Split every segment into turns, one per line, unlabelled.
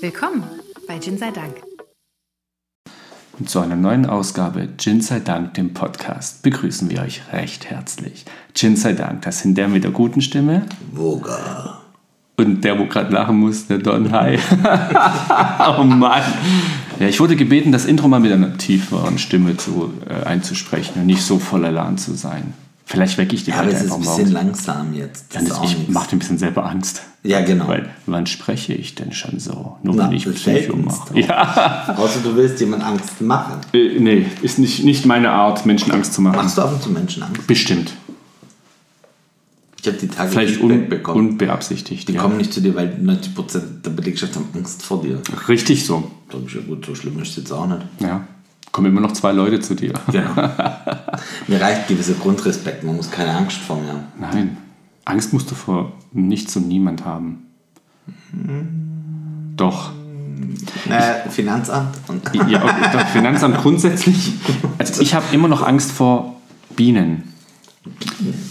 Willkommen bei Gin sei Dank.
Zu einer neuen Ausgabe Gin sei Dank, dem Podcast, begrüßen wir euch recht herzlich. Gin sei Dank, das sind der mit der guten Stimme
Woga.
und der, wo gerade lachen muss, der Don Hai. oh Mann. Ja, ich wurde gebeten, das Intro mal mit einer tieferen Stimme zu, äh, einzusprechen und nicht so voller Elan zu sein. Vielleicht wecke ich die
Ja, aber
heute
es ist
einfach
ein
mal.
bisschen
auf.
langsam jetzt.
Dann ist,
auch
ich
nichts.
mache dir ein bisschen selber Angst.
Ja, genau.
Weil, wann spreche ich denn schon so? Nur
Na,
wenn ich
das
Psycho
seltenst.
mache. Ja.
Außer du willst jemand Angst machen.
Äh, nee, ist nicht, nicht meine Art, Menschen Angst zu machen.
Machst du ab und zu Menschen Angst?
Bestimmt.
Ich habe die Tage
Vielleicht
Feedback
un
bekommen.
unbeabsichtigt.
Die
Ja.
kommen nicht zu dir, weil 90% der Belegschaft haben Angst vor dir.
Richtig so.
Sag ich, ja gut, so schlimm ist es jetzt auch nicht.
Ja. Kommen immer noch zwei Leute zu dir.
Genau. Mir reicht gewisser Grundrespekt, man muss keine Angst vor mir haben.
Nein. Angst musst du vor nichts und niemand haben.
Mhm.
Doch.
Äh, Finanzamt und
Ja, okay, das Finanzamt grundsätzlich. Also ich habe immer noch Angst vor Bienen.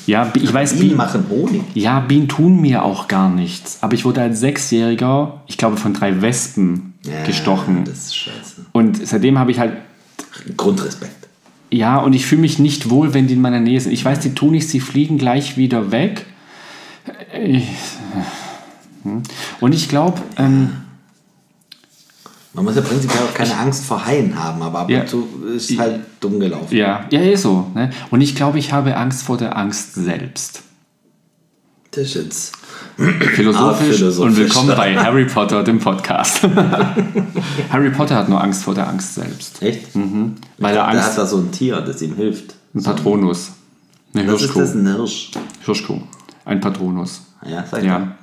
Ja, Bi- ich weiß,
Bienen
Bienen,
machen Honig.
Ja, Bienen tun mir auch gar nichts. Aber ich wurde als Sechsjähriger, ich glaube, von drei Wespen
Ja,
gestochen.
Das ist scheiße.
Und seitdem habe ich halt,
Grundrespekt.
ja, und ich fühle mich nicht wohl, wenn die in meiner Nähe sind. Ich weiß, die tun nichts, die fliegen gleich wieder weg. Ich, Hm. und ich glaube, ähm,
Man muss ja prinzipiell auch keine Angst vor Haien haben, aber ab
Ja.
und zu ist es halt dumm gelaufen.
ja, ja, eh so. Ne? Und ich glaube, ich habe Angst vor der Angst selbst.
Das ist jetzt
Philosophisch,
Ah, philosophisch.
und willkommen bei Harry Potter, dem Podcast. Harry Potter hat nur Angst vor der Angst selbst.
echt.
Hm. Weil er
Da
Angst
hat da so ein Tier, das ihm hilft.
Ein Patronus. Eine
Das ist
Hirschkuh.
das ein Hirsch.
Hirschkuh. Ein Patronus.
Ja, sag ich mal.
Ja.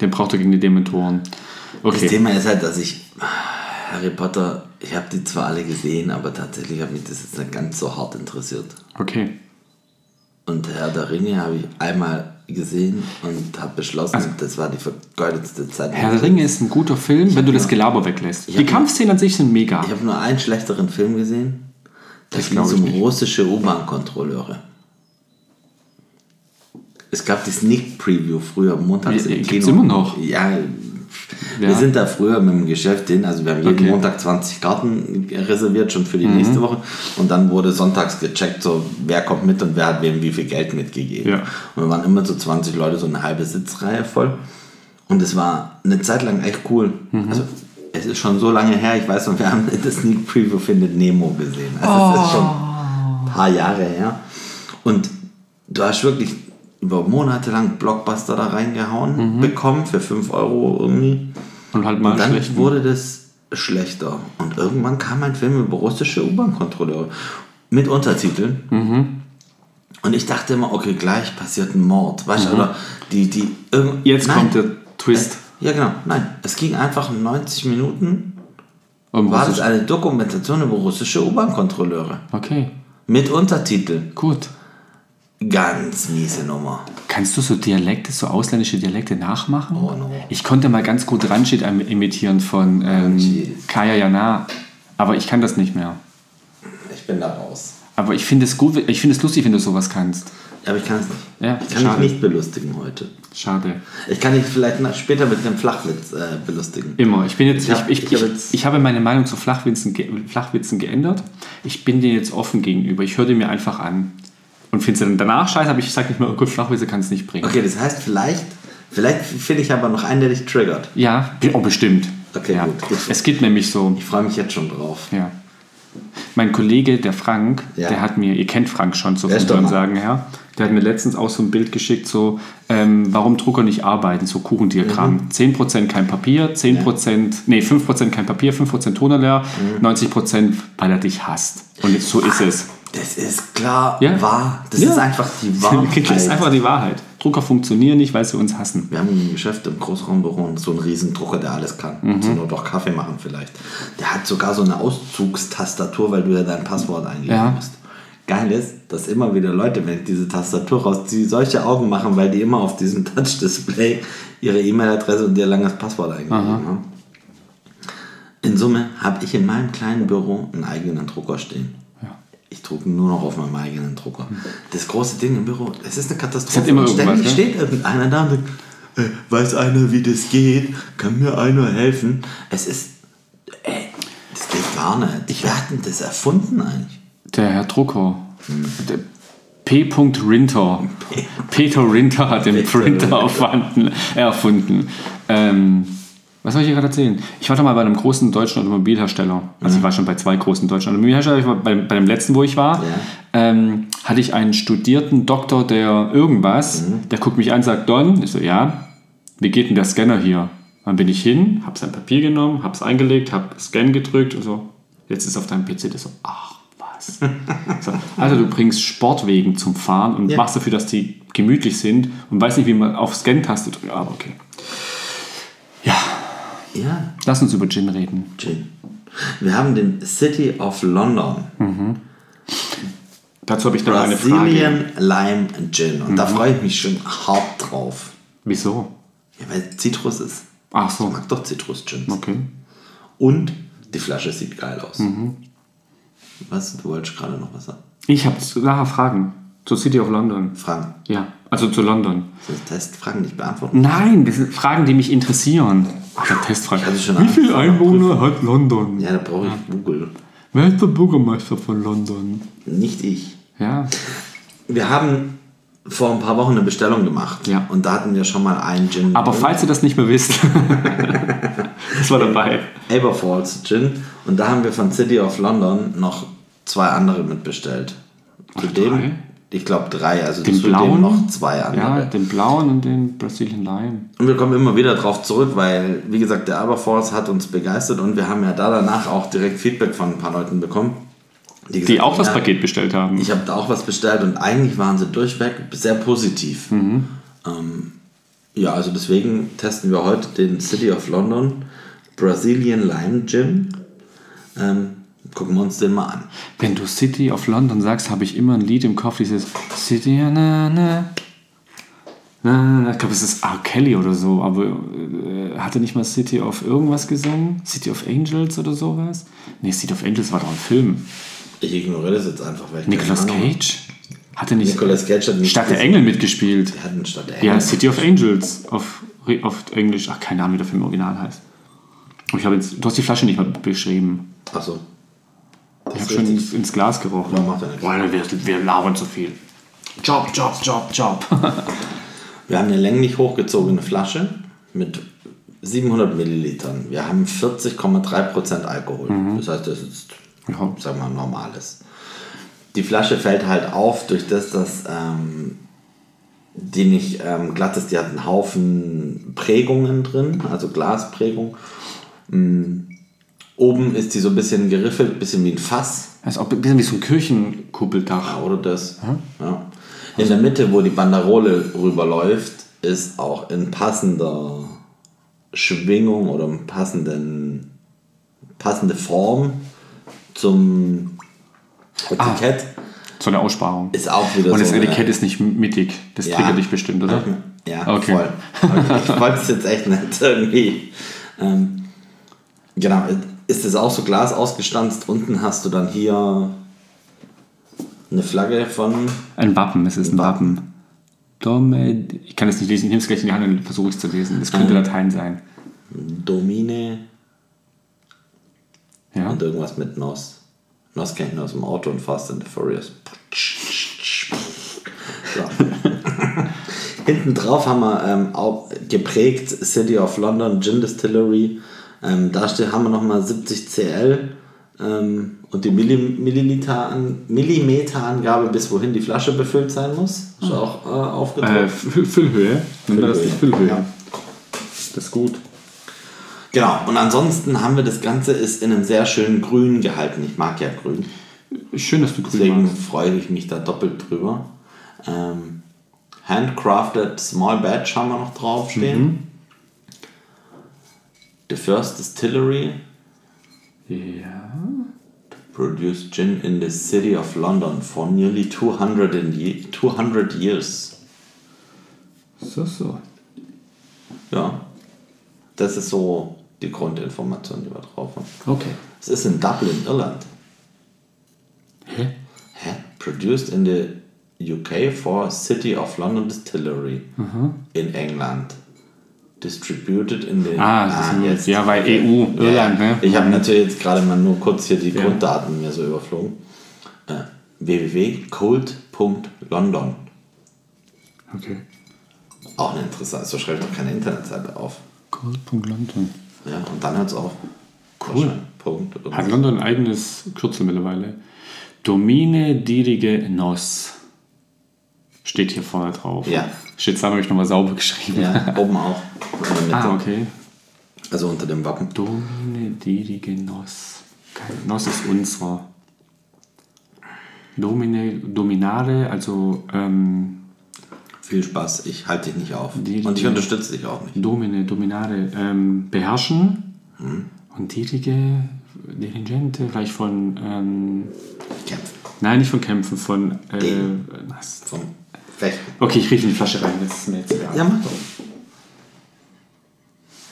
Den braucht er gegen die Dementoren.
Das
Okay.
Thema ist halt, dass ich Harry Potter, ich habe die zwar alle gesehen, aber tatsächlich hat mich das jetzt nicht ganz so hart interessiert.
Okay.
Und Herr der Ringe habe ich einmal gesehen und habe beschlossen, das war die vergeudetste Zeit.
Also Herr der Ringe ist ein guter Film, wenn du das Gelaber weglässt. Die Kampfszenen an sich sind mega.
Ich habe nur einen schlechteren Film gesehen. Da
Das
ging
glaub
es
ich
um
nicht.
russische U-Bahn-Kontrolleure. Es gab die Sneak-Preview früher montags
Ja,
im
gibt's
Kino.
immer noch?
Ja,
Ja.
wir sind da früher mit dem Geschäft hin. Also wir haben jeden
Okay.
Montag 20 Karten reserviert, schon für die nächste Woche. Und dann wurde sonntags gecheckt, so wer kommt mit und wer hat wem wie viel Geld mitgegeben.
Ja.
Und wir waren immer so 20 Leute, so eine halbe Sitzreihe voll. Und es war eine Zeit lang echt cool. Also, es ist schon so lange her, ich weiß noch, wir haben das Sneak Preview findet Nemo gesehen. Also, es ist schon ein paar Jahre her. Und du hast wirklich über Monate lang Blockbuster da reingehauen bekommen für 5 Euro irgendwie.
Und halt mal
Und dann
schlecht.
wurde das schlechter. Und irgendwann kam ein Film über russische U-Bahn-Kontrolleure mit Untertiteln.
Mhm.
Und ich dachte immer, okay, gleich passiert ein Mord. Weißt du, oder die, die. irgend-
Mhm. Jetzt kommt der Twist.
Äh, Ja, genau. Nein, es ging einfach um 90 Minuten.
Um
War das
Russisch.
eine Dokumentation über russische U-Bahn-Kontrolleure
Okay,
mit Untertiteln.
gut.
Ganz miese Nummer.
Kannst du so Dialekte, so ausländische Dialekte nachmachen?
Oh no.
Ich konnte mal ganz gut Ranjit im- imitieren von ähm,
Ranjit.
Kaya Jana, aber ich kann das nicht mehr.
Ich bin da raus.
Aber ich finde es gut, ich finde es lustig, wenn du sowas kannst.
Aber ich kann es nicht.
Ja,
ich kann
schade.
mich nicht belustigen heute.
Schade.
Ich kann dich vielleicht nach, später mit einem Flachwitz äh, belustigen.
Immer. Ich bin jetzt, ich,
Ich hab-
ich, ich,
ich hab
ich,
jetzt-
habe meine Meinung zu Flachwitzen, ge Flachwitzen geändert. Ich bin denen jetzt offen gegenüber. Ich höre die mir einfach an und finde sie dann danach scheiße, aber ich sage nicht mehr, oh gut, Flachwitze kann es nicht bringen.
Okay, das heißt, vielleicht, vielleicht finde ich aber noch einen, der dich triggert.
Ja, be- oh, bestimmt.
Okay,
ja.
gut.
Es geht nämlich so.
Ich freue mich jetzt schon drauf.
Ja. Mein Kollege, der Frank,
Ja.
der hat mir, ihr kennt Frank schon so
Der
vom
ist doch mal-
Hörensagen her, der hat mir letztens auch so ein Bild geschickt, so, ähm, warum Drucker nicht arbeiten, so Kuchendiagramm.
Mhm.
10% kein Papier, 10%, nee, 5% kein Papier, 5% tonerleer,
Mhm.
90% weil er dich hasst. Und jetzt, so ist es.
Das ist klar
Ja.
Ah, wahr. Das
Ja.
ist einfach die
Das ist
Wahrheit.
einfach die Wahrheit. Drucker funktionieren nicht, weil sie uns hassen.
Wir haben im Geschäft im Großraumbüro und so einen Riesendrucker, der alles kann.
Mhm.
So nur doch Kaffee machen vielleicht. Der hat sogar so eine Auszugstastatur, weil du ja dein Passwort eingeben
Ja.
musst. Geil ist, dass immer wieder Leute, wenn ich diese Tastatur rausziehe, solche Augen machen, weil die immer auf diesem Touch-Display ihre E-Mail-Adresse und ihr langes Passwort eingeben ne? haben. In Summe habe ich in meinem kleinen Büro einen eigenen Drucker stehen. Ich drucke nur noch auf meinem eigenen Drucker. Das große Ding im Büro, es ist eine Katastrophe.
Hm. Es hat immer
Und
irgendwas,
ständig
ne?
steht irgendeiner da und sagt, äh, weiß einer, wie das geht? Kann mir einer helfen? Es ist, ey, das geht gar nicht. Ich hat denn das erfunden eigentlich.
Der Herr Drucker. Der P. Rinter. Peter Rinter hat den
Peter
Printer
Rinter.
erfunden. erfunden. Ähm, was soll ich hier gerade erzählen? Ich war doch mal bei einem großen deutschen Automobilhersteller. Also ich war schon bei zwei großen deutschen Automobilherstellern. Ich war bei, bei dem letzten, wo ich war, ähm, hatte ich einen studierten Doktor, der irgendwas, der guckt mich an, sagt Don, ich so, ja, wie geht denn der Scanner hier? Dann bin ich hin, hab sein Papier genommen, hab's eingelegt, hab Scan gedrückt und so. Jetzt ist auf deinem PC das so, ach was. so, also du bringst Sportwegen zum Fahren und
Ja.
machst dafür, dass die gemütlich sind und weiß nicht, wie man auf Scan-Taste drückt. Aber okay.
Ja,
Lass uns über Gin reden.
Gin. Wir haben den City of London.
Dazu habe ich noch eine Frage. Mhm.
Brazilian Lime Gin. Und da freue ich mich schon hart drauf.
Wieso?
Ja, weil Zitrus ist.
Ach so.
Ich mag doch Zitrus-Gins.
Okay.
Und die Flasche sieht geil aus.
Mhm.
Was? Du wolltest gerade noch was sagen?
Ich habe nachher Fragen. Zur City of London.
Fragen.
Ja, also zu London.
Soll ich Testfragen nicht beantworten?
Nein, das sind Fragen, die mich interessieren. Also Testfrage.
hatte schon
Wie viele
Angst,
Einwohner hat London?
Ja, da brauche ich Google.
Wer ist der Bürgermeister von London?
Nicht ich.
Ja.
Wir haben vor ein paar Wochen eine Bestellung gemacht.
Ja.
Und da hatten wir schon mal einen Gin.
Aber falls ihr das nicht mehr wisst, das war dabei.
Aberfalls Gin. Und da haben wir von City of London noch zwei andere mitbestellt. Zudem,
drei?
ich glaube drei, also
Den
zudem
blauen.
noch zwei
Ja,
andere.
den blauen und den Brazilian Lime.
Und wir kommen immer wieder drauf zurück, weil, wie gesagt, der Aberforce hat uns begeistert und wir haben ja da danach auch direkt Feedback von ein paar Leuten bekommen. gesagt
Die auch das
haben, ja,
Paket bestellt haben.
Ich habe da auch was bestellt und eigentlich waren sie durchweg sehr positiv.
Mhm.
Ähm, ja, also deswegen testen wir heute den City of London Brazilian Lime Gin. Ähm, gucken wir uns den mal an.
Wenn du City of London sagst, habe ich immer ein Lied im Kopf, dieses City, na, na. Na, na, na. Ich glaube, es ist R. Kelly oder so, aber äh, hat er nicht mal City of irgendwas gesungen? City of Angels oder sowas? Nee, City of Angels war doch ein Film.
Ich ignoriere das jetzt einfach, weil ich
Nicolas
keine Ahnung habe.
Cage? Hat er nicht
Nicolas Cage hat nicht
Stadt der
gesungen.
Engel mitgespielt?
Der hat einen Stadt der
Ja,
Engel.
City of Angels auf, auf Englisch. Ach, keine Ahnung, wie der Film original heißt. Und Ich habe jetzt, du hast die Flasche nicht mal beschrieben.
Achso.
Ich
ist
habe schon
richtig.
ins, ins Glas gerochen.
Ja, macht ja nichts.
Weil wir, wir labern zu viel. Job, Job, Job, Job.
Wir haben eine länglich hochgezogene Flasche mit 700 Millilitern. Wir haben 40,3% Alkohol. Das heißt, das ist,
Ja.
sag mal, normales. Die Flasche fällt halt auf durch das, dass ähm, die nicht ähm, glatt ist. Die hat einen Haufen Prägungen drin, also Glasprägung. Mm. Oben ist die so ein bisschen geriffelt, ein bisschen wie ein Fass.
Das ist auch ein bisschen wie so ein Kirchenkubeldach.
Oder das. Ja. In der Mitte, wo die Banderole rüberläuft, ist auch in passender Schwingung oder in passenden, passende Form zum Etikett.
So eine Aussparung.
Ist auch wieder
Ah. Und das
so eine-
Etikett ist nicht mittig. Das
Ja.
triggert dich bestimmt, oder?
Ja,
Okay.
voll. Okay. Ich wollte es jetzt echt nicht irgendwie. Ähm, genau, ist es auch so Glas ausgestanzt. Unten hast du dann hier eine Flagge von
Ein Wappen, es ist ein Wappen. Dome, ich kann es nicht lesen, ich nehme es gleich in die Hand und versuche es zu lesen. Das könnte
Ähm.
Latein sein.
Domine
Ja?
Und irgendwas mit Nos. Nos kenne ich nur aus dem Auto und Fast and the Furious. So. Hinten drauf haben wir ähm, auch geprägt City of London Gin Distillery. Ähm, da steht, haben wir nochmal 70 CL ähm, und die Milli Milliliter an Millimeterangabe, bis wohin die Flasche befüllt sein muss. Ist auch äh, aufgedruckt.
Äh, Fü- Füllhöhe. Nennt man das nicht Füllhöhe?
Ja.
Das ist gut.
Genau, und ansonsten haben wir das Ganze ist in einem sehr schönen Grün gehalten. Ich mag ja Grün.
Schön, dass du grün
Deswegen
magst.
freue ich mich da doppelt drüber. Ähm, handcrafted Small Batch haben wir noch draufstehen.
Mhm. Hm?
The First Distillery
Ja.
produced gin in the city of London for nearly 200, and ye 200 years.
So, so.
Ja, das ist so die Grundinformation, die wir drauf haben.
Okay.
Es ist in Dublin, Irland.
Hä?
Hä? Produced in
Mhm.
the UK for City of London Distillery in England. distributed in den.
Ah, das ist jetzt. Ja, weil EU,
Ja,
Irland,
ja.
ne?
Ich habe natürlich jetzt gerade mal nur kurz hier die Grunddaten mir so überflogen. Äh, www.cold.london.
Okay.
Auch ein interessant. So schreibe ich doch keine Internetseite auf.
Gold.Punkt London.
Ja, und dann hört es auf.
Cool.
Punkt. Und
Hat London ein eigenes Kürzel mittlerweile? Domine dirige nos. Steht hier vorne drauf.
Ja.
Steht zwar habe ich nochmal sauber geschrieben.
ja, oben auch. In der Mitte.
Ah, okay.
Also unter dem Wappen.
Domine dirige nos. Geil. Nos ist unser. Domine, dominare, also ähm,
Viel Spaß. Ich halte dich nicht auf.
Die-
und ich
die-
unterstütze dich auch nicht.
domine, dominare, ähm, beherrschen.
Mhm.
Und dirige, dirigente, vielleicht von, ähm,
Kämpfen.
nein, nicht von kämpfen, von, äh,
Degen.
nas-
Zum Fechten.
Okay, ich rieche in die Flasche rein, das ist mir jetzt egal.
Ja, mach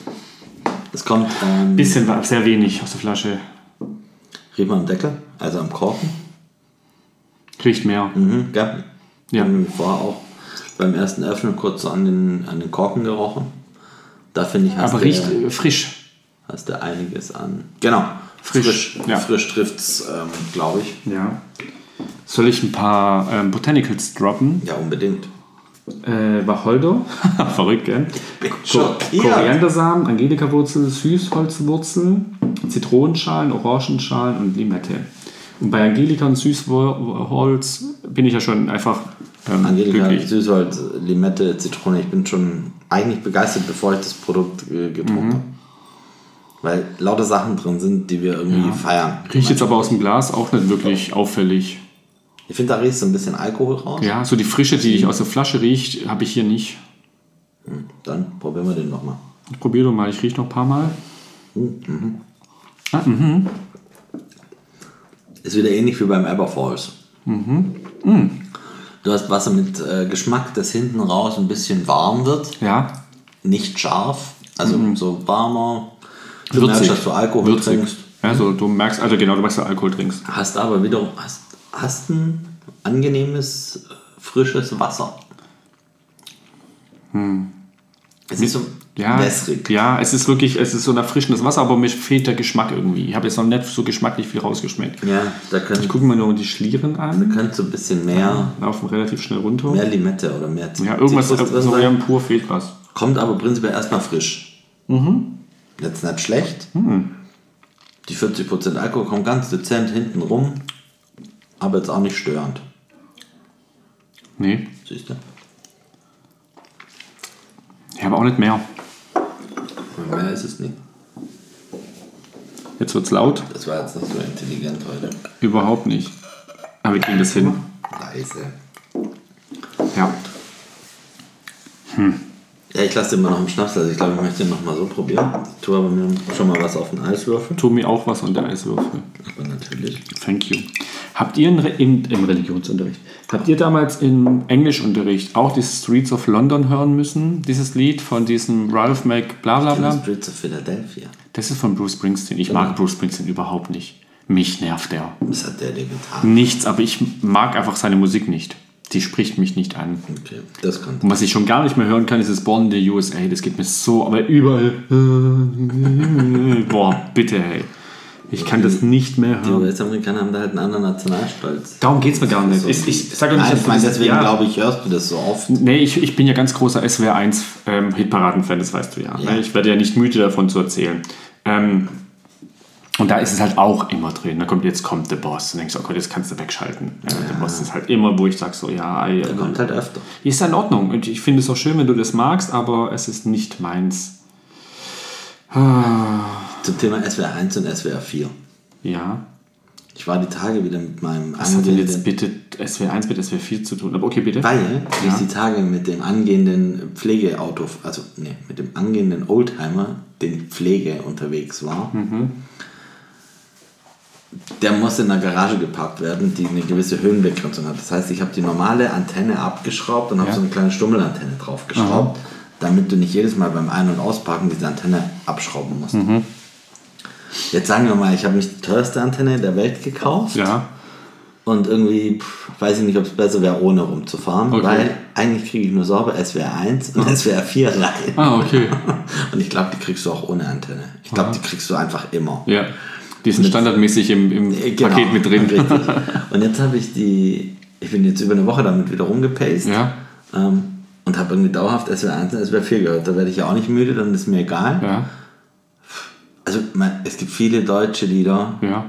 doch. Es kommt ähm,
Bisschen, war- sehr wenig aus der Flasche.
rieb mal am Deckel, also am Korken.
Riecht mehr.
Mhm, gell?
Ja.
Und Vorher auch beim ersten Öffnen kurz so an den, an den Korken gerochen. Da finde ich, hast,
Aber
du,
riecht äh, frisch.
hast du einiges an. Genau.
Frisch,
Frisch,
ja.
frisch trifft's, ähm, glaube ich.
Ja. Soll ich ein paar ähm, Botanicals droppen?
Ja, unbedingt.
Äh, Wacholder, verrückt, gell?
Bin
Ko-
schockiert.
Koriandersamen, Angelikawurzel, Süßholzwurzel, Zitronenschalen, Orangenschalen und Limette. Und bei Angelika und Süßholz bin ich ja schon einfach ähm,
Angelika,
glücklich.
Süßholz, Limette, Zitrone. Ich bin schon eigentlich begeistert, bevor ich das Produkt äh, getrunken
Mhm.
habe. Weil lauter Sachen drin sind, die wir irgendwie feiern.
Riecht jetzt aber aus dem Glas auch nicht wirklich auffällig.
Ich finde, da riechst du ein bisschen Alkohol raus.
Ja, so die Frische, die ich aus der Flasche riecht, habe ich hier nicht.
Dann probieren wir den nochmal.
Ich probiere doch mal, ich rieche noch ein paar Mal.
Ist wieder ähnlich wie beim Aberfalls.
Mhm.
Mhm. Du hast Wasser mit äh, Geschmack, das hinten raus ein bisschen warm wird,
Ja,
nicht scharf, also so warmer. Du
Mhm. Würzig.
merkst, dass du Alkohol
würzig.
trinkst.
Also du merkst, also genau, du merkst, dass du Alkohol trinkst.
Hast aber wiederum hast, hast ein angenehmes, äh, frisches Wasser. Es ist so
Hm. Ja,
wässrig.
ja, es ist wirklich, es ist so ein erfrischendes Wasser, aber mir fehlt der Geschmack irgendwie. Ich habe jetzt noch nicht so geschmacklich viel rausgeschmeckt.
Ja, da
Ich
könnt,
gucke mir nur die Schlieren an,
könnt so ein bisschen mehr,
laufen relativ schnell runter.
mehr Limette oder mehr
Ja, irgendwas,
Zitrus drin
so
sein.
ja, pur fehlt was.
Kommt aber prinzipiell erstmal frisch.
Mhm.
Jetzt nicht schlecht.
Hm.
Die 40% Alkohol kommen ganz dezent hinten rum, aber jetzt auch nicht störend.
Nee,
Siehst du?
ich habe auch nicht mehr.
Mehr ist es nicht.
Jetzt wird's laut.
Das war jetzt nicht so intelligent heute.
Überhaupt nicht. Aber wir kriegen das hin.
Leise.
Ja.
Ja, ich lasse den immer noch im Schnaps, also ich glaube, ich möchte den nochmal so probieren. Ich tue aber mir schon mal was auf den Eiswürfel.
Tu mir auch was unter Eiswürfel.
Aber natürlich.
Thank you. Habt ihr in, Re- im, im Religionsunterricht, habt ihr damals im Englischunterricht auch die Streets of London hören müssen? Dieses Lied von diesem Ralph Mac bla bla
Die
bla?
Streets of Philadelphia.
Das ist von Bruce Springsteen.
Genau.
Ich mag Bruce Springsteen überhaupt nicht. Mich nervt er.
Was hat der dir getan?
Nichts, aber ich mag einfach seine Musik nicht. Die spricht mich nicht an.
Okay, das kommt.
Und was ich schon gar nicht mehr hören kann, ist das Born in the USA. Das geht mir so, aber überall. Boah, bitte, ey. Ich kann das nicht mehr
Die
hören.
US-Amerikaner haben da halt einen anderen Nationalstolz.
Darum geht's mir gar nicht. Ich, ich sag doch nicht,
Nein,
dass
ich
du
meine,
das-
deswegen
ja.
glaube ich, hörst du das so oft.
Nee, ich, ich bin ja ganz großer SWR1 ähm, Hitparaden-Fan, das weißt du ja.
Ja.
Ne? Ich werde ja nicht müde davon zu erzählen. Ähm, und da ist es halt auch immer drin. Da kommt jetzt kommt der Boss. Und denkst du, oh Gott, jetzt kannst du wegschalten. Äh, Der Boss ist halt immer, wo ich sag so, ja, ey,
Der kommt halt öfter.
ist ja in Ordnung. Und ich finde es auch schön, wenn du das magst, aber es ist nicht meins.
Zum Thema SWR 1 und SWR 4.
Ja.
Ich war die Tage wieder mit meinem
Was hat denn jetzt
angehenden,
bitte SWR1 mit SWR4 zu tun? Aber okay, bitte.
weil ich die Tage mit dem angehenden Pflegeauto, also nee, mit dem angehenden Oldtimer, den Pflege unterwegs war.
Mhm.
Der muss in einer Garage geparkt werden, die eine gewisse Höhenbegrenzung hat. Das heißt, ich habe die normale Antenne abgeschraubt und habe
Ja.
so eine kleine Stummelantenne draufgeschraubt, damit du nicht jedes Mal beim Ein- und Ausparken diese Antenne abschrauben musst.
Mhm.
Jetzt sagen wir mal, ich habe nicht die teuerste Antenne der Welt gekauft.
Ja.
Und irgendwie pff, weiß ich nicht, ob es besser wäre, ohne rumzufahren,
Okay.
weil eigentlich kriege ich nur sauber SWR 1 und SWR 4 rein.
Ah, okay.
Und ich glaube, die kriegst du auch ohne Antenne. Ich glaube, die kriegst du einfach immer.
Ja. Die sind standardmäßig im, im
Äh, genau.
Paket mit drin.
Richtig. Und jetzt habe ich die, ich bin jetzt über eine Woche damit wieder rumgepaced
Ja.
ähm, und habe irgendwie dauerhaft SWR 1 und SWR 4 gehört. Da werde ich ja auch nicht müde, dann ist mir egal.
Ja,
Also man, es gibt viele deutsche Lieder,
ja.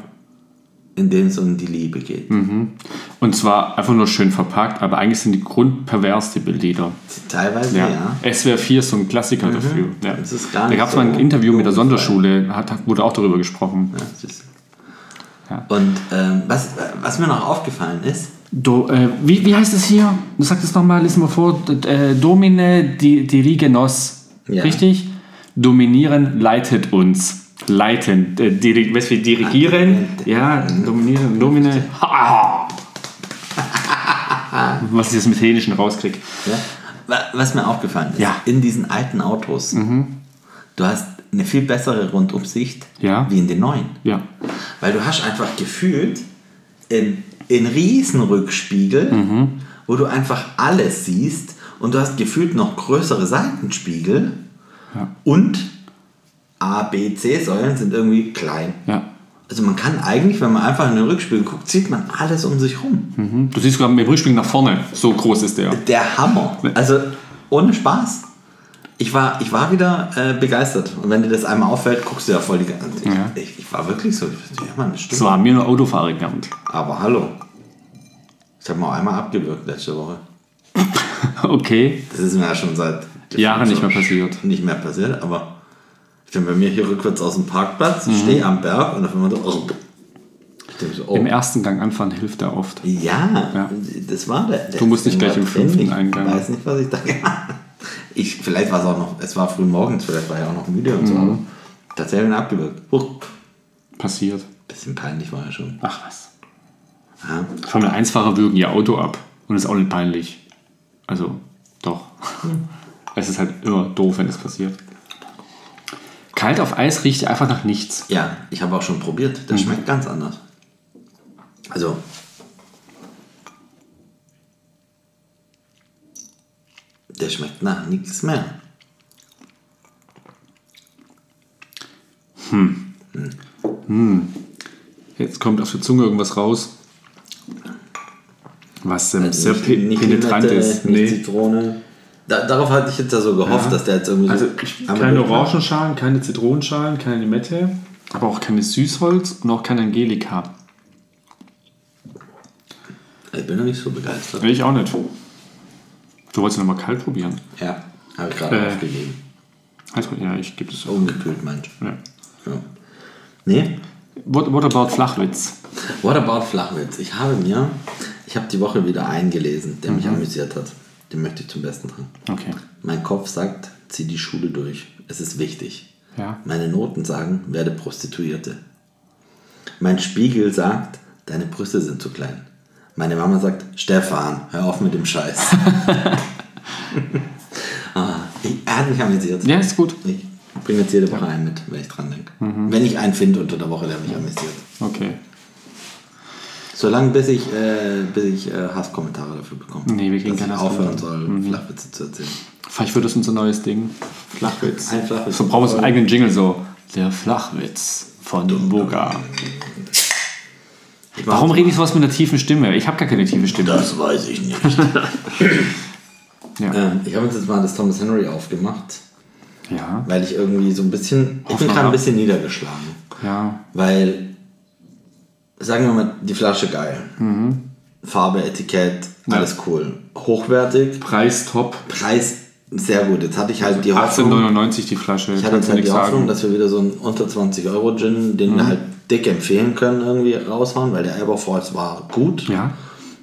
in denen es um die Liebe geht.
Hm. Und zwar einfach nur schön verpackt, aber eigentlich sind die grundpervers, die Lieder.
Teilweise ja. Mhm.
SWR 4 ist so ein Klassiker dafür. Ja.
Das ist gar
da
nicht
gab es
so
mal ein Interview mit der
jugendfrei.
Sonderschule, hat, hat- wurde auch darüber gesprochen.
Ja, das ist-
Ja.
Und ähm, was, was mir noch aufgefallen ist,
Do, äh, wie, wie heißt es hier? Du sagst es nochmal, lesen wir vor. D- Äh, Domine di- dirigenos.
Ja.
Richtig? Dominieren leitet uns. Leiten. Äh, diri weißt du, wie dirigieren? Ja,
Mhm.
dominieren, domine. Ha! Was ich jetzt mit Hähnischen rauskrieg.
ja, wa- was mir aufgefallen ist,
Ja. Mhm.
in diesen alten Autos, du hast eine viel bessere Rundumsicht
Ja.
wie in den neuen.
Ja.
Weil du hast einfach gefühlt in, in Riesenrückspiegel,
Mhm.
wo du einfach alles siehst und du hast gefühlt noch größere Seitenspiegel und A, B, C-Säulen sind irgendwie klein.
Ja.
Also man kann eigentlich, wenn man einfach in den Rückspiegel guckt, sieht man alles um sich rum.
Mhm. Du siehst sogar mit dem Rückspiegel nach vorne. So groß ist der.
Der Hammer. Also ohne Spaß. Ich war, ich war wieder äh, begeistert. Und wenn dir das einmal auffällt, guckst du ja voll die ganze
Ja.
ich, ich war wirklich so. Ich dachte, ja, Mann, das stimmt.
Das war mir nur Autofahrer gelernt.
Aber hallo. Ich habe mal einmal abgewürgt letzte Woche.
Okay.
Das ist mir ja schon seit
Jahren nicht mehr passiert.
Nicht mehr passiert, aber ich bin bei mir hier rückwärts aus dem Parkplatz,
Mhm.
stehe am Berg und auf einmal so. oh, Ich denke so, oh.
Im ersten Gang anfahren hilft da oft.
Ja,
Ja.
das war der. der
Du musst nicht
ist
gleich im
drin.
fünften
ich
Eingang.
Ich weiß nicht, was ich da gemacht habe. Ich, vielleicht war es auch noch, es war früh morgens, vielleicht war ich auch noch müde und so,
Mhm.
aber tatsächlich bin ich abgewürgt. Huch,
Passiert.
bisschen peinlich war ja schon.
Ach was.
Ja.
Formel 1-Fahrer würgen ihr Auto ab und ist auch nicht peinlich. Also, doch. Es ist halt immer doof, wenn das passiert. Kalt auf Eis riecht einfach nach nichts.
Ja, ich habe auch schon probiert.
Mhm.
Das schmeckt ganz anders. Also. Der schmeckt nach nichts mehr.
Jetzt kommt auf der Zunge irgendwas raus, was ähm, sehr
Nicht-
pe
Also nicht
penetrant
Limette,
ist.
Nicht
Nee.
Zitrone. Da, darauf hatte ich jetzt ja so gehofft, dass der jetzt irgendwie
Also
so.
keine Orangenschalen, keine Zitronenschalen, keine Limette, aber auch keine Süßholz und auch keine Angelika.
Ich bin noch nicht so begeistert.
Ich auch nicht. Du wolltest nochmal kalt probieren.
Ja, habe ich gerade
Äh.
aufgegeben.
Also, ja, ich gebe es.
Ungekühlt, Mensch.
Ja.
Ja. Nee,
What, what about Flachwitz?
What about Flachwitz? Ich habe mir, ich habe die Woche wieder einen gelesen, der mich amüsiert hat. Den möchte ich zum Besten tragen.
Okay.
Mein Kopf sagt, zieh die Schule durch. Es ist wichtig.
Ja.
Meine Noten sagen, werde Prostituierte. Mein Spiegel sagt, deine Brüste sind zu klein. Meine Mama sagt, Stefan, hör auf mit dem Scheiß. ah, ich, er hat mich amüsiert.
Ja, ist gut. Mhm.
Ich bringe jetzt jede Woche einen mit, wenn ich dran denke. Wenn ich einen finde unter der Woche, der mich amüsiert.
Okay.
Solange bis ich, äh, bis ich äh, Hasskommentare dafür bekomme.
Nee, wir kriegen Mhm.
dass
keine
ich aufhören
Hasskommentare.
soll, Flachwitze zu erzählen.
Vielleicht wird das unser neues Ding. Flachwitz.
Ein Flachwitz.
So brauchen wir so einen eigenen Jingle so. Der Flachwitz von Dumboga.
Ich mach
Warum
jetzt-
rede ich sowas mit einer tiefen Stimme? Ich habe gar keine tiefe Stimme.
Das weiß ich nicht.
Ja.
ähm, ich habe uns jetzt mal das Thomas Henry aufgemacht,
Ja.
weil ich irgendwie so ein bisschen. Ich bin
Hoffnung
gerade ein
hab.
bisschen niedergeschlagen.
Ja.
Weil, sagen wir mal, die Flasche geil. Mhm. Farbe, Etikett, alles cool. Hochwertig,
Preis top.
Preis sehr gut. Jetzt hatte ich halt die Hoffnung.
18,99 die Flasche.
Ich hatte jetzt
Kannst du
halt die
nichts
Hoffnung,
sagen.
dass wir wieder so einen unter 20 Euro Gin, den wir halt dick empfehlen können, irgendwie raushauen, weil der Aberforce war gut.
Ja.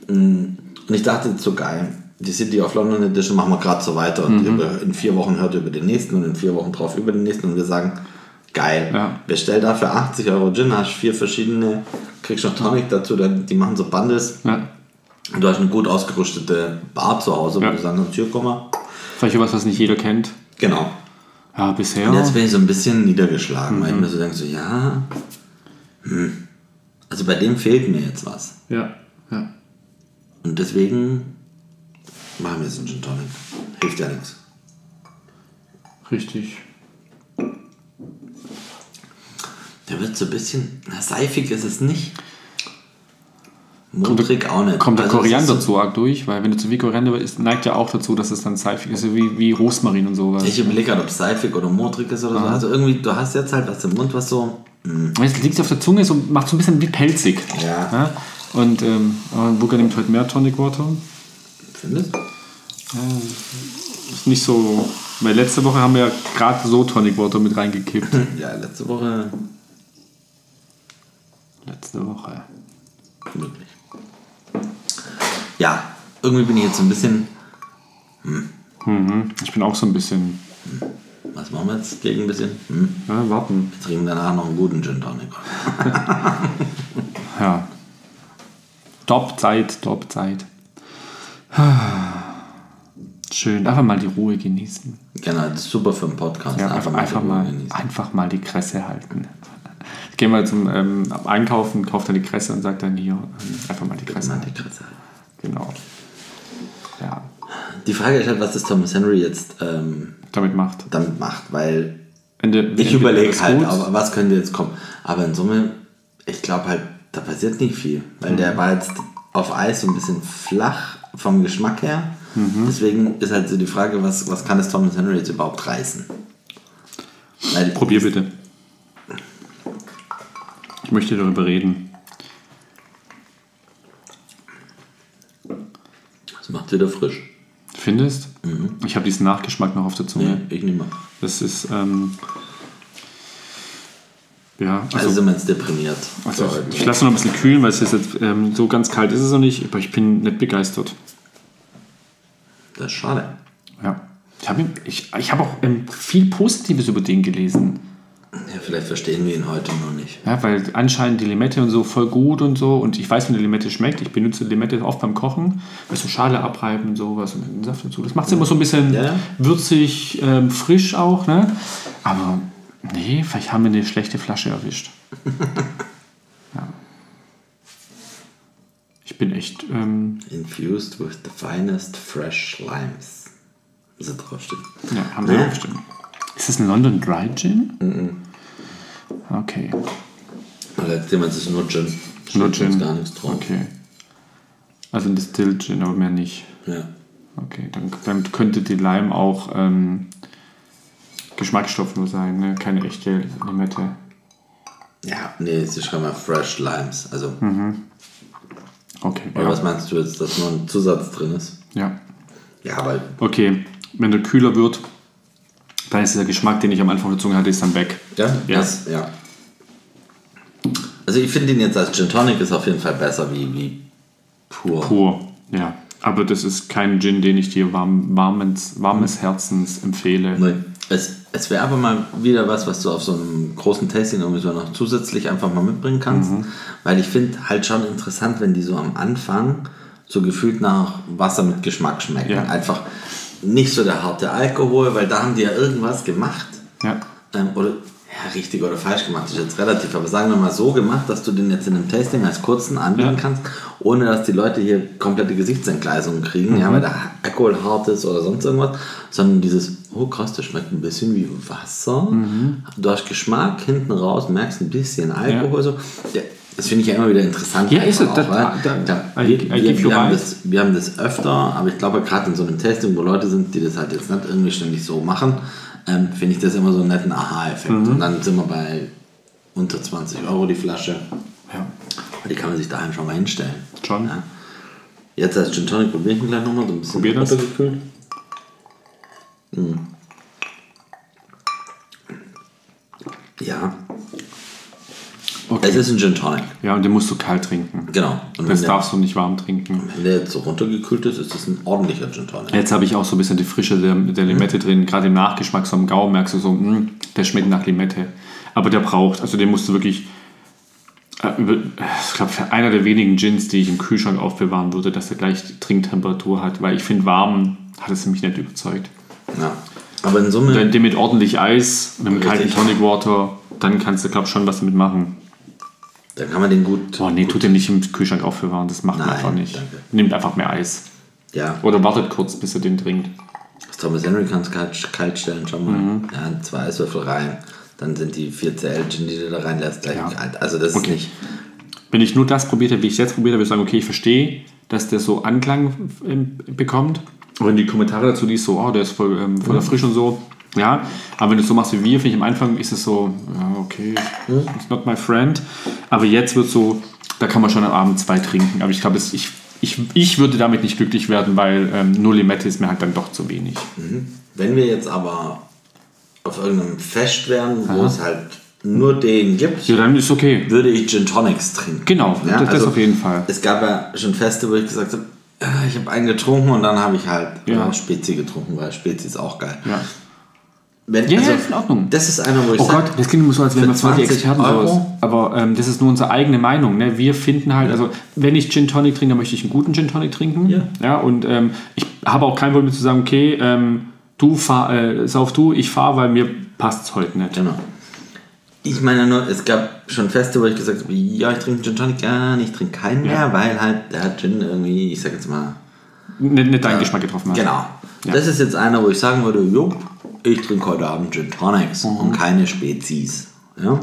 Und ich dachte so geil, die City of London Edition machen wir gerade so weiter. Und
Mhm.
über, in vier Wochen hört ihr über den nächsten und in vier Wochen drauf über den nächsten. Und wir sagen, geil,
Ja.
bestell dafür 80 Euro Gin, hast vier verschiedene, kriegst noch Tonic dazu, dann, die machen so Bundles.
ja.
Und du hast eine gut ausgerüstete Bar zu Hause,
Ja.
wo du sagen kannst, hier komm mal.
Vielleicht was, was nicht jeder kennt.
Genau.
Ja, bisher.
Und jetzt bin ich so ein bisschen niedergeschlagen,
Mhm.
weil ich mir so denke, so ja, hm. also bei dem fehlt mir jetzt was.
Ja. ja.
Und deswegen machen wir jetzt einen Gin Tonic. Hilft ja nichts.
Richtig.
Der wird so ein bisschen, na, seifig ist es nicht. Modrig auch nicht.
Kommt der
Also es ist
Koriander
so-
zu arg durch, weil wenn du zu viel Koriander isst, neigt ja auch dazu, dass es dann seifig ist, so wie, wie Rosmarin und sowas.
Ich überlege gerade, ob es seifig oder modrig ist oder so. Also irgendwie, du hast jetzt halt was im Mund, was so.
Es liegt auf der Zunge, so, macht so ein bisschen wie pelzig.
Ja.
Und ähm, aber Burger nimmt heute mehr Tonic Water.
Findest du?
Ist nicht so. Weil letzte Woche haben wir ja gerade so Tonic Water mit reingekippt.
Ja, letzte Woche.
letzte Woche.
Möglich. Ja, irgendwie bin ich jetzt so ein bisschen.
Mhm. Ich bin auch so ein bisschen.
Was machen wir jetzt gegen ein bisschen? Hm.
Ja, warten.
Wir trinken danach noch einen guten Gin Tonic.
Ja. Top Zeit, Top Zeit. Schön, einfach mal die Ruhe genießen.
Genau, das ist super für einen Podcast.
Ja, einfach, einfach, mal,
genießen.
einfach mal die Kresse halten. Ich gehe mal zum ähm, Einkaufen, kaufe dann die Kresse und sage dann hier ähm, einfach mal die Kresse.
Mal
halten.
die Kratzer.
Genau. Ja,
Die Frage ist halt, was das Thomas Henry jetzt ähm,
damit macht.
damit macht, weil
Ende,
ich
entweder
überlege
ist
halt,
gut.
aber was könnte jetzt kommen. Aber in Summe, ich glaube halt, da passiert nicht viel, weil
Mhm.
der war jetzt auf Eis so ein bisschen flach vom Geschmack her.
Mhm.
Deswegen ist halt so die Frage, was, was kann das Thomas Henry jetzt überhaupt reißen? Weil
Probier bitte. Ich möchte darüber reden.
das macht wieder frisch.
Findest?
Mhm.
Ich habe diesen Nachgeschmack noch auf der Zunge.
Ich nehme mal.
Das ist, ähm, ja,
Also,
also,
sind wir jetzt deprimiert.
also
für heute.
ich lasse noch ein bisschen kühlen, weil es ist jetzt ähm, so ganz kalt ist es noch nicht, aber ich bin nicht begeistert.
das ist schade.
Ja. Ich habe ich, ich hab auch ähm, viel Positives über den gelesen.
Ja, vielleicht verstehen wir ihn heute noch nicht.
Ja, weil anscheinend die Limette und so voll gut und so. Und ich weiß, wie eine Limette schmeckt. Ich benutze Limette oft beim Kochen. Weißt du, Schale abreiben und sowas und den Saft dazu. Das macht es immer so ein bisschen
Ja.
würzig, ähm, frisch auch. Ne? Aber nee, vielleicht haben wir eine schlechte Flasche erwischt. ja. Ich bin echt. Ähm,
Infused with the finest fresh limes. So draufsteht.
ja, haben wir bestimmt. Ist das ein London Dry Gin? Okay.
Aber letztendlich ist es nur Gin. Steht
Nur
sonst
Gin.
gar nichts drauf.
Okay. Also ein Distilled Gin, aber mehr nicht.
Ja.
Okay, dann, dann könnte die Lime auch ähm, Geschmacksstoff nur sein, ne? keine echte Limette.
ja, nee, sie schreiben mal Fresh Limes. Also,
Okay,
oder was
Hm, ja.
meinst du jetzt, dass nur ein Zusatz drin ist?
ja.
Ja, weil
Okay, wenn der kühler wird, dann ist dieser Geschmack, den ich am Anfang der Zunge hatte, ist dann weg.
Ja,
Ja.
das, ja. Also ich finde ihn jetzt als Gin Tonic ist auf jeden Fall besser wie, wie pur.
Pur, ja. Aber das ist kein Gin, den ich dir warm, warmens, warmes Herzens empfehle.
Nee. Es, es wäre aber mal wieder was, was du auf so einem großen Tasting irgendwie so noch zusätzlich einfach mal mitbringen kannst. Weil ich finde halt schon interessant, wenn die so am Anfang so gefühlt nach Wasser mit Geschmack schmecken.
Ja.
Einfach nicht so der harte Alkohol, weil da haben die ja irgendwas gemacht.
Ja.
Ähm, oder ja, richtig oder falsch gemacht ist jetzt relativ, aber sagen wir mal so gemacht, dass du den jetzt in einem Tasting als kurzen
Ja.
anbieten kannst, ohne dass die Leute hier komplette Gesichtsentgleisungen kriegen, ja, weil der Alkohol hart ist oder sonst irgendwas, sondern dieses, oh krass, das schmeckt ein bisschen wie Wasser. Du hast Geschmack hinten raus, merkst ein bisschen Alkohol. So. Ja, das finde ich ja immer wieder interessant.
Ja, ist
einfach
es, das-
auch,
Ah,
weil-
da- da-
Ja,
I- I
wir,
give you
wir, haben
right.
das, wir haben das öfter, aber ich glaube, gerade in so einem Tasting, wo Leute sind, die das halt jetzt nicht irgendwie ständig so machen, ähm, finde ich das immer so einen netten Aha-Effekt.
Mhm.
Und dann sind wir bei unter 20 Euro die Flasche.
ja.
Die kann man sich daheim schon mal hinstellen.
Schon.
Ja. Jetzt als Gin Tonic probiere ich ihn gleich nochmal so ein bisschen.
Probier das.
runtergekühlt. Hm. Ja, es
Okay.
ist ein Gin Tonic.
Ja, und den musst du kalt trinken.
Genau.
Das
Und wenn der,
darfst du nicht warm trinken.
wenn der jetzt so runtergekühlt ist, ist das ein ordentlicher Gin Tonic.
Jetzt habe ich auch so ein bisschen die Frische der, der
Mhm.
Limette drin. Gerade im Nachgeschmack, so am Gaumen merkst du so, mh, der schmeckt nach Limette. Aber der braucht, also den musst du wirklich. äh, über- Ich glaube, einer der wenigen Gins, die ich im Kühlschrank aufbewahren würde, dass er gleich die Trinktemperatur hat, weil ich finde, warm hat es mich nicht überzeugt.
Ja. Aber in Summe,
Dann dem mit ordentlich Eis, einem kalten
Richtig.
Tonic Water, dann kannst du, glaube ich, schon was damit machen.
Dann kann man den gut.
Boah, Oh, nee, tut den nicht im Kühlschrank aufbewahren, das macht man
Nein,
einfach nicht.
danke.
Nehmt einfach mehr Eis.
Ja,
Oder wartet kurz, bis ihr den trinkt.
Thomas Henry kann es kalt, kalt stellen, schau mal.
Mhm.
Ja, zwei Eiswürfel rein, dann sind die 4 cl gin die du da reinlässt, gleich
Ja.
kalt. Also das
Okay.
ist nicht.
Wenn ich nur das probiert hätte, wie ich es jetzt probiert habe, würde ich sagen, okay, ich verstehe, dass der so Anklang ähm, bekommt. Und wenn du die Kommentare dazu liest, so, oh, der ist voll, ähm, voll frisch und so. Ja, aber wenn du es so machst wie wir, finde ich am Anfang ist es so, ja, okay, it's not my friend. Aber jetzt wird so, da kann man schon am Abend zwei trinken. Aber ich glaube, es- ich, ich, ich würde damit nicht glücklich werden, weil ähm, nur Limette ist mir halt dann doch zu wenig.
Wenn wir jetzt aber auf irgendeinem Fest wären, wo es halt nur den gibt,
Ja, dann ist okay.
würde ich Gin Tonics trinken.
Genau,
also
das- das auf jeden Fall.
Es gab ja schon Feste, wo ich gesagt habe, äh, ich habe einen getrunken und dann habe ich halt
Ja.
ja. Spezi getrunken, weil Spezi ist auch geil.
Ja.
Wenn, also
Ja, ja, ist in Ordnung.
Das ist einer, wo ich
Oh
sag,
Gott, das klingt immer so, als wären
für
wir voll die
20
Experten
Euro.
sowas. Aber ähm, das ist nur unsere eigene Meinung. Ne? Wir finden halt, also wenn ich Gin Tonic trinke, dann möchte ich einen guten Gin Tonic trinken.
Ja.
und ähm, ich habe auch kein Problem zu sagen, okay, ähm, du fahr, äh, sauf du, ich fahre, weil mir passt es heute nicht.
Genau. Ich meine nur, es gab schon Feste, wo ich gesagt habe, ja, ich trinke Gin Tonic, ja, ich trinke keinen mehr, weil halt der hat Gin irgendwie, ich sag jetzt mal,
Nicht, nicht deinen Geschmack getroffen hat.
genau. Das ist jetzt einer, wo ich sagen würde, jo, ich trinke heute Abend Gin Tonics
Mhm.
und keine Spezies. Ja?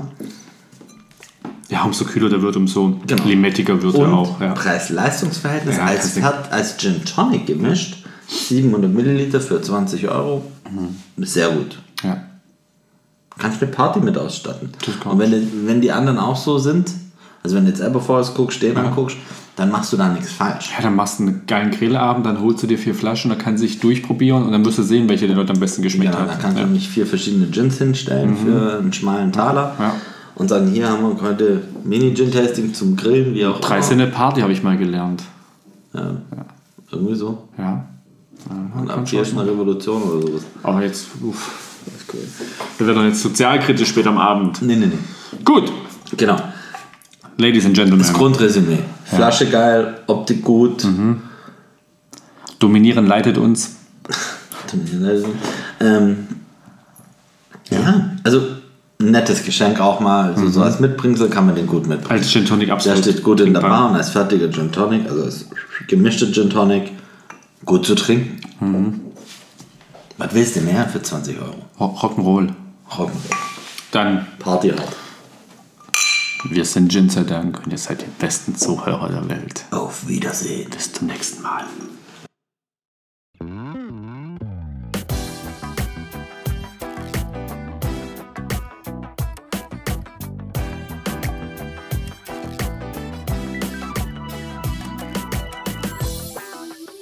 Ja, umso kühler der wird, umso
Genau.
limettiger wird
Und
er auch. Ja.
Preis-Leistungs-Verhältnis
Ja,
als,
kannst du-
Pert- als Gin Tonic gemischt, 700 Milliliter für 20 Euro,
Mhm.
sehr gut.
Ja.
kannst eine Party mit ausstatten.
Das kann
Und wenn, die- wenn die anderen auch so sind, also wenn du jetzt Aberforce guckst, den anguckst, dann machst du da nichts falsch.
ja, dann machst du einen geilen Grillabend, dann holst du dir vier Flaschen, dann kannst du dich durchprobieren und dann wirst du sehen, welche der Leute am besten geschmeckt
Genau, da
hat.
kannst du nämlich vier verschiedene Gins hinstellen für einen schmalen Taler
Mhm. Ja.
und sagen, hier haben wir heute Mini-Gin-Tasting zum Grillen, wie auch
Drei
immer.
Cent eine Party habe ich mal gelernt.
Ja. Irgendwie so.
Ja.
Und ab hier ist eine Revolution oder sowas.
Aber Ah, jetzt, uff, wir werden jetzt sozialkritisch spät am Abend.
Nee, nee, nee.
Gut,
Genau.
Ladies and Gentlemen,
Das Grundresümee. Flasche geil, Optik gut.
Mhm. Dominieren leitet uns.
Ähm, ja. also ein nettes Geschenk auch mal. So,
Mhm.
so als Mitbringsel kann man den gut mitbringen.
Als Gin Tonic
Der
absolut.
steht gut in der
trinkbar.
Bar und als fertiger Gin Tonic, also als gemischte Gin Tonic, gut zu trinken.
Mhm.
Was willst du mehr für 20 Euro?
Ro- Rock'n'Roll.
Rocken.
Dann,
Party halt.
wir sind Gin sei Dank und ihr seid die besten Zuhörer der Welt.
Auf Wiedersehen.
Bis zum nächsten Mal.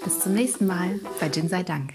Bis zum nächsten Mal bei Gin sei Dank.